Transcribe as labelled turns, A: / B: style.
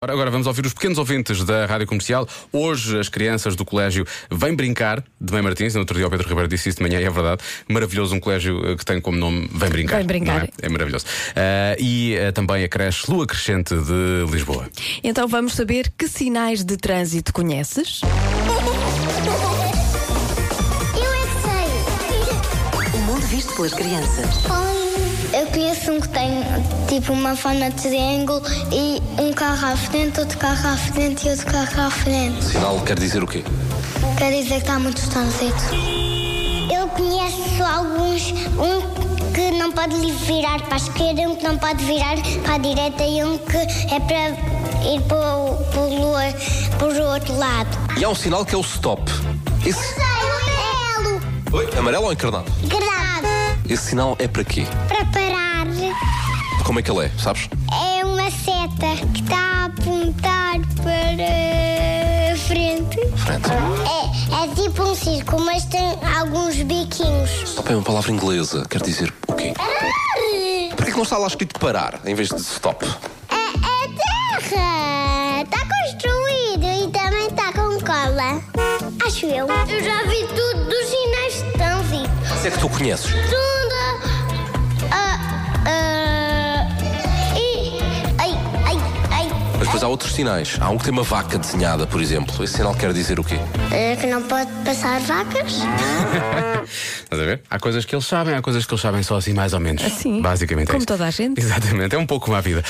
A: Ora, Agora vamos ouvir os pequenos ouvintes da Rádio Comercial. Hoje as crianças do colégio Vem Brincar, de Mãe Martins. No outro dia o Pedro Ribeiro disse isso de manhã e é verdade. Maravilhoso um colégio eh, que tem como nome Vem Brincar.
B: Vem Brincar.
A: não É? É maravilhoso. Ah, e eh, também a creche Lua Crescente de Lisboa.
B: Então vamos saber que sinais de trânsito conheces?
C: Eu é que sei.
D: O mundo visto pelas crianças.
C: Eu conheço um que tem tipo uma forma de triângulo e um carro à frente, outro carro à frente e outro carro à frente.
E: Sinal quer dizer o quê?
C: Quer dizer que está muito trânsito. Eu conheço alguns, um que não pode virar para a esquerda, um que não pode virar para a direita e um que é para ir para o, para o lua- para o outro lado.
E: E há um sinal que é o stop. Esse...
C: Amarelo!
E: Oi? Amarelo ou encarnado?
C: Grave!
E: Esse sinal é para quê?
C: Para parar.
E: Como é que ele é, sabes?
C: É uma seta que está a apontar para a frente.
E: Frente.
C: É, é tipo um circo, mas tem alguns biquinhos.
E: Stop é uma palavra inglesa, quer dizer o quê? Por que não está lá escrito parar em vez de stop?
C: É, é terra! Está construído e também está com cola. Acho eu. Eu já vi tudo dos sinais de trânsito.
E: Se é que tu conheces.
C: Tudo. Ah, ah, e. Ai, ai, ai.
E: Mas depois há outros sinais. Há um que tem uma vaca desenhada, por exemplo. Esse sinal quer dizer o quê?
C: É que não pode passar vacas?
A: Estás a ver? Há coisas que eles sabem, há coisas que eles sabem só assim, mais ou menos.
B: Assim?
A: Basicamente é
B: Como
A: isso.
B: toda a gente?
A: Exatamente, é um pouco uma vida.